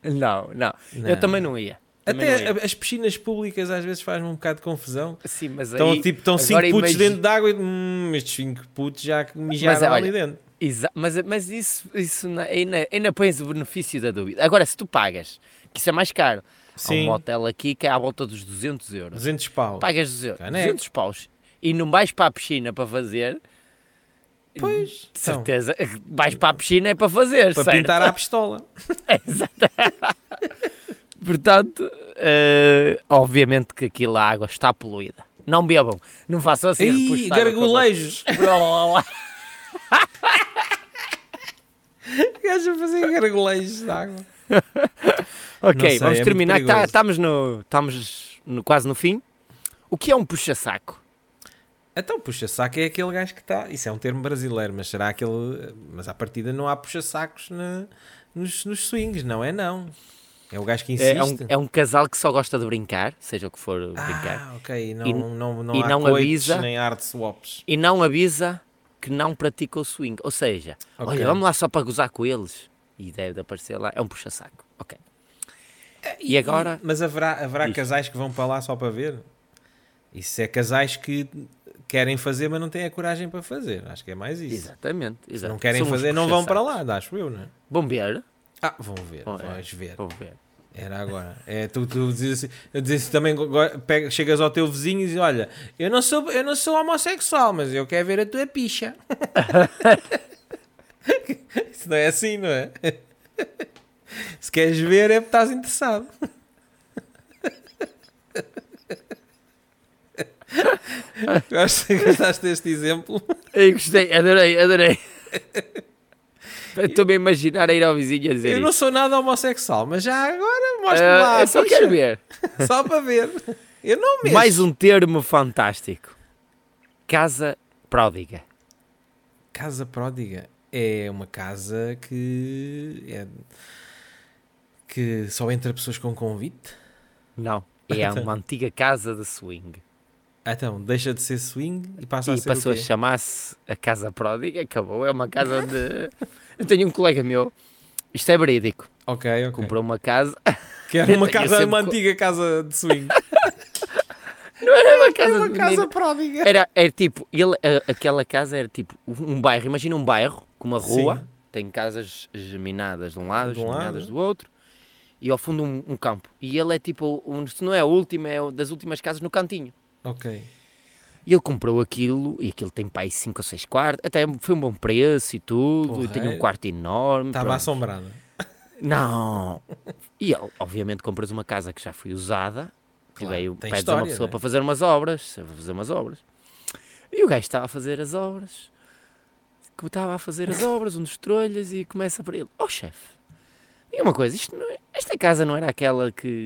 Não, não, Eu
Não.
também não ia. Também não é.
Até
ia.
a- as piscinas públicas às vezes fazem-me um bocado de confusão.
Sim, Assim, mas
Estão,
aí,
tipo, estão
agora
cinco putos
imagi-
dentro de água e hum, estes cinco putos já que mijaram
olha,
ali dentro.
Exa- Mas, mas isso, isso na- ainda, ainda pões o benefício da dúvida. Agora, se tu pagas, que isso é mais caro. Há
Sim.
um motel aqui que é à volta dos 200 euros.
200 pau.
Pagas 200,
Caneco.
200 paus e não vais para a piscina para fazer.
Pois.
De
Então,
certeza. que Vais para a piscina é para fazer,
para
certo?
pintar à pistola.
Exato. Portanto, eh, obviamente que aquilo a água está poluída. Não bebam, não façam assim.
Ih,
repuxar a
gargulejos.
cabeça. Blá, blá, blá.
Gajo a fazer gargolejos de água.
ok,
sei,
vamos
é muito
terminar. que tá-
perigoso.
estamos no, estamos no- quase no fim. O que é um puxa-saco?
Então, puxa-saco é aquele gajo que está. Isso é um termo brasileiro, mas será aquele. Mas à partida não há puxa-sacos na- nos, nos swings, não é? Não. É o gajo que insiste.
É, é um, é um casal que só gosta de brincar, seja o que for brincar,
Ah, ok. Não,
E-
não, não
e
há
não
coitos,
avisa.
nem hard swaps.
e não avisa que não pratica o swing. Ou seja,
Ok.
olha, vamos lá só para gozar com eles. E deve aparecer lá. É um puxa-saco. Ok.
É,
E agora?
Mas haverá, haverá
Diz.
casais que vão para lá só para ver? Isso é casais que querem fazer, mas não têm a coragem para fazer. Acho que é mais isso.
Exatamente. exato.
Não querem
São uns
fazer, não vão para
puxa-sacos.
lá, acho eu, não é?
Vão ver.
Ah, vão ver,
Vão ver.
vais ver.
Vão ver.
Era agora. É, tu, tu dizes assim, eu dizes assim também, go- pega- chegas ao teu vizinho e dizes: Olha, eu não, sou, eu não sou homossexual, mas eu quero ver a tua picha. Isso não é assim, não é? Se queres ver, é porque estás interessado. Gosto que gostaste deste exemplo.
Eu gostei, adorei, adorei. Eu Estou-me a imaginar a ir ao vizinho a dizer
Eu não
isto.
sou nada homossexual, mas já agora mostra
Ah,
lá. é. a
eu só
picha,
quero ver.
Só para ver. Eu não mexo.
Mais um termo fantástico. Casa pródiga.
Casa pródiga é uma casa que é que só entra pessoas com convite.
Não, é uma antiga casa de swing.
Ah, Então, deixa de ser swing e passa a
e
ser
passou
o
a
quê?
chamar-se a Casa Pródiga, acabou. É uma casa de. Eu tenho um colega meu, isto é verídico,
Ok, ok.
comprou uma casa.
Que era uma
Eu
casa,
sempre
uma
co-
antiga casa de swing.
Não era É uma casa
é uma
de
casa
menino.
pródiga.
Era, era tipo, ele, a- aquela casa era tipo um bairro, imagina um bairro com uma rua,
Sim.
tem casas geminadas de um lado,
De um
geminadas
lado.
do outro, e ao fundo um, um campo. E ele é tipo, um, se não é a última, é o- das últimas casas no cantinho.
Ok.
E ele comprou aquilo, e aquilo tem para aí 5 ou 6 quartos, até foi um bom preço e tudo, e tem um
Porreiro.
quarto enorme.
Estava
pronto.
assombrada.
Não! E ele, obviamente compras uma casa que já foi usada
Claro,
e veio,
tem
pedes a
história,
uma pessoa
né?
para fazer umas obras, se eu vou fazer umas obras. E o gajo estava a fazer as obras, que estava a fazer as obras, um dos trolhas, e começa para ele, oh chefe, diga uma coisa, isto não é- esta casa não era aquela que...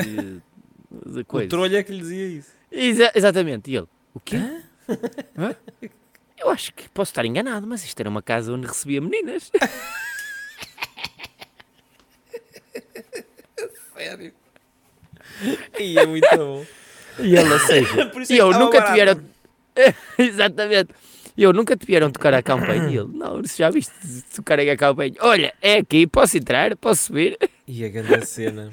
de
O
coisa.
trolho é que lhe dizia isso.
Exa- exatamente, e ele, o quê? Hã? Eu acho que posso estar enganado, mas isto era uma casa onde recebia meninas.
Sério. E é muito bom.
E ela, ou seja,
Por isso é
E
que
eu
estava
nunca te
barato.
vieram. Exatamente. E eu nunca te vieram tocar a campanha. E ele, não, isso já viste tocarem a campanha. Olha, é aqui, posso entrar, posso subir.
E a grande cena.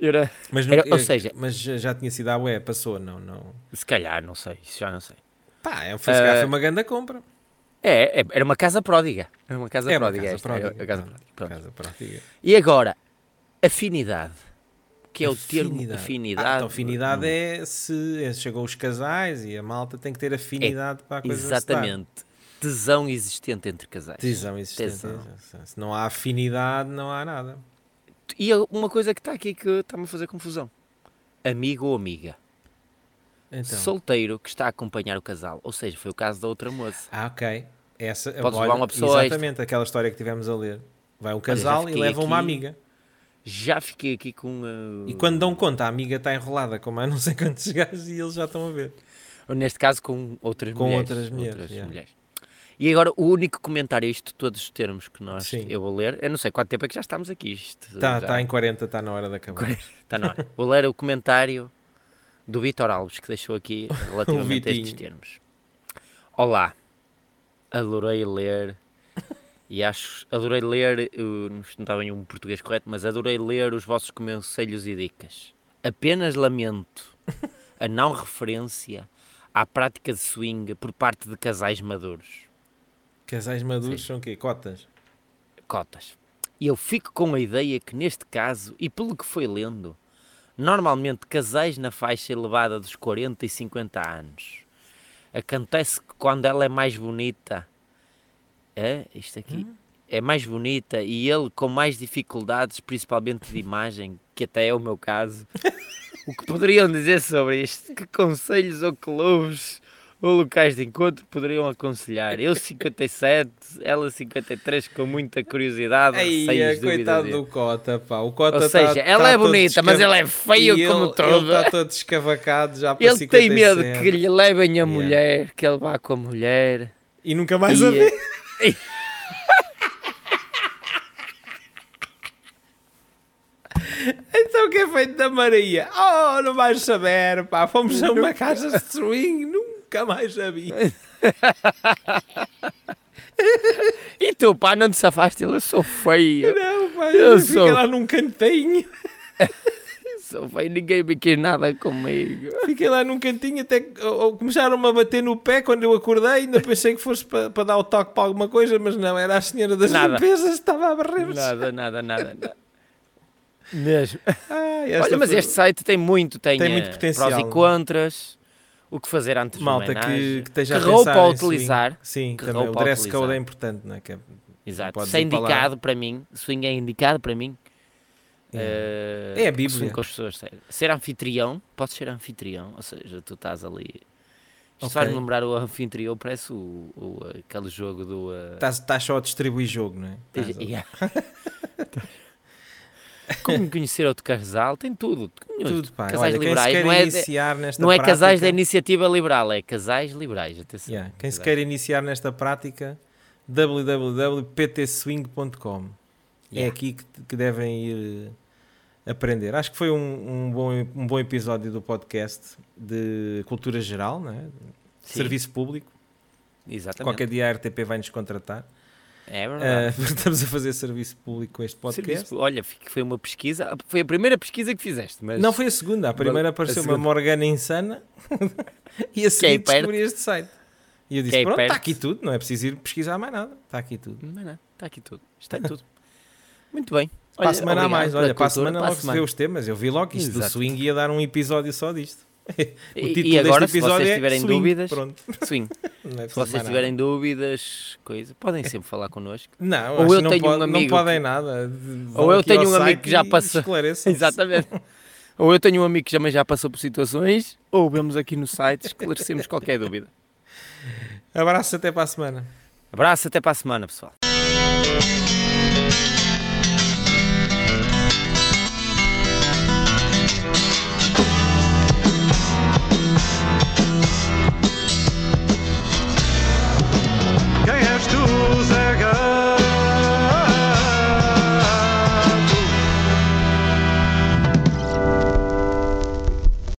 Era,
Mas,
Era-
nunca-
ou seja-
mas já já tinha sido à ué, passou, não, não.
se calhar, não sei, isso já não sei.
Pá,
Ah,
é, foi, se calhar foi uma grande compra.
É, é- era uma casa pródiga. Era uma casa
É uma
pródiga.
casa
esta, era
pródiga.
a casa
pá.
pródiga, pronto.
Casa pródiga.
E agora, afinidade. Que é o termo afinidade.
Ah, então, afinidade é se é, chegou os casais e a malta tem que ter afinidade para a coisa
Exatamente. Tesão existente entre casais.
se dar. Tesão existente.
Tesão.
é. Se não há afinidade, não há nada.
E é uma coisa que está aqui que está-me a fazer confusão. Amigo ou amiga.
Então.
solteiro que está a acompanhar o casal. Ou seja, foi o caso da outra moça.
Ah, ok. Essa,
Podes levar uma pessoa
Exatamente, aquela história que tivemos a ler. Vai um
já
casal e
fiquei
leva uma
aqui.
amiga.
Já fiquei aqui com. uh,
E quando dão conta, a amiga está enrolada com mais não sei quantos gajos e eles já estão a ver.
ou Neste caso, com outras
Com
mulheres.
outras mulheres, yeah.
E agora, o único comentário, isto todos os termos que nós.
Sim.
Eu vou ler. Eu não sei quanto tempo é que já estamos aqui. Isto,
Está
já-
tá em 40, está na hora de acabar.
Está na hora. Tá, Vou ler o comentário do Vitor Alves, que deixou aqui relativamente a estes
Vitinho.
termos. Olá, adorei ler e acho, adorei ler, eh, não estava em um português correto, mas adorei ler os vossos conselhos e dicas. Apenas lamento a não referência à prática de swing por parte de casais maduros.
Casais maduros são o quê? Cotas?
cotas. E eu fico com a ideia que neste caso, e pelo que foi lendo, normalmente casais na faixa elevada dos 40 e 50 anos. Acontece que quando ela é mais bonita, é isto aqui, é mais bonita e ele com mais dificuldades, principalmente de imagem, que até é o meu caso. o que poderiam dizer sobre isto? Que conselhos ou que louves ou locais de encontro poderiam aconselhar? Eu 57, ela 53, com muita curiosidade,
Aí,
receios,
é,
dúvidas.
coitado
e-
do Cota, pá. O Cota
Ou
tá-
seja,
tá
ela é
todo
bonita, mas
descava-
ele é feio
E
como
ele-
todo.
Ele está todo escavacado já para
Ele tem medo
57.
que lhe levem a mulher, que ele vá com a mulher.
E nunca mais
E,
a vê.
eh,
Então o que é feito da Maria? Oh, não vais saber, pá. Fomos a uma casa de swing, nunca mais a vi.
E tu, pá, não te safaste? Ele, eu sou feio.
Não, pá,
Eu
eu
sou-
fiquei lá num cantinho.
eu sou feio, ninguém me quis nada comigo.
Fiquei lá num cantinho até que ou- ou começaram-me a bater no pé quando eu acordei. Ainda pensei que fosse para dar o toque para alguma coisa, mas não, era a senhora das
Nada.
limpezas que estava a barrer-me.
Nada, nada, nada. nada. Mesmo.
Ai, esta
Olha, mas
foi-
este site tem muito, tem,
Tem
eh,
muito potencial.
prós e contras, o que fazer antes de
Malta que, que esteja a
roupa a
pensar em swing.
utilizar,
Sim,
Que
também o
roupa a
dress code
utilizar.
é importante, não é? Que é-
exato,
Podes
se é
ir para lá.
indicado para mim, swing é indicado para mim. eh,
É a
que
Bíblia.
swing com as pessoas, sério. ser anfitrião, podes ser anfitrião, ou seja, tu estás ali. Isto
Ok.
faz-me lembrar o anfitrião, parece o, o- aquele jogo do. eh,
Estás, estás tá, só a distribuir jogo, não é? Estás a-
Yeah. Como conhecer outro casal? Tem tudo.
Tudo, pá.
Casais
Olha, quem se
liberais.
quer
não é,
iniciar nesta
não é
prática...
casais da iniciativa liberal, é casais liberais. Atenção.
Yeah, Quem se
Casais.
quer iniciar nesta prática, www.ptswing.com É
Yeah.
aqui que, que devem ir eh, aprender. Acho que foi um, um bom, um bom episódio do podcast de cultura geral, não é?
Sim,
serviço público.
Exatamente.
Qualquer dia a RTP vai nos contratar.
É verdade.
Eh, estamos a fazer serviço público com este podcast.
Serviço- Olha, fi- foi uma pesquisa. Ah, Foi a primeira pesquisa que fizeste, mas
Não foi a segunda, a primeira apareceu
segunda.
uma Morgana insana e a seguir
perto.
descobri este site. E eu disse:
Quem
pronto, está
perto.
aqui tudo, não é preciso ir pesquisar mais nada, está aqui tudo.
Não, não, está aqui tudo. Está em tudo. Muito bem.
para a semana há
obrigado
mais,
pela
olha, para a
cultura,
semana logo se vê os temas. Eu vi logo que isto do
Exato.
swing ia dar um episódio só disto. O
E-
título
e agora, se
deste episódio
vocês
é
tiverem
swing.
dúvidas-
Pronto,
Sim,
não é
se vocês
preciso mais nada.
tiverem dúvidas, coisa, podem sempre falar connosco.
Não,
Ou
acho
eu
que não,
tenho um
pode- não
amigo
podem nada. De-
Ou
vão
eu
aqui ao
tenho um amigo
site
que já
e
passou-
esclareçam-se.
Exatamente. Ou eu tenho um amigo que também já passou por situações, ou vemos aqui no site, esclarecemos qualquer dúvida.
Abraço até para a semana.
Abraço, até para a semana, pessoal.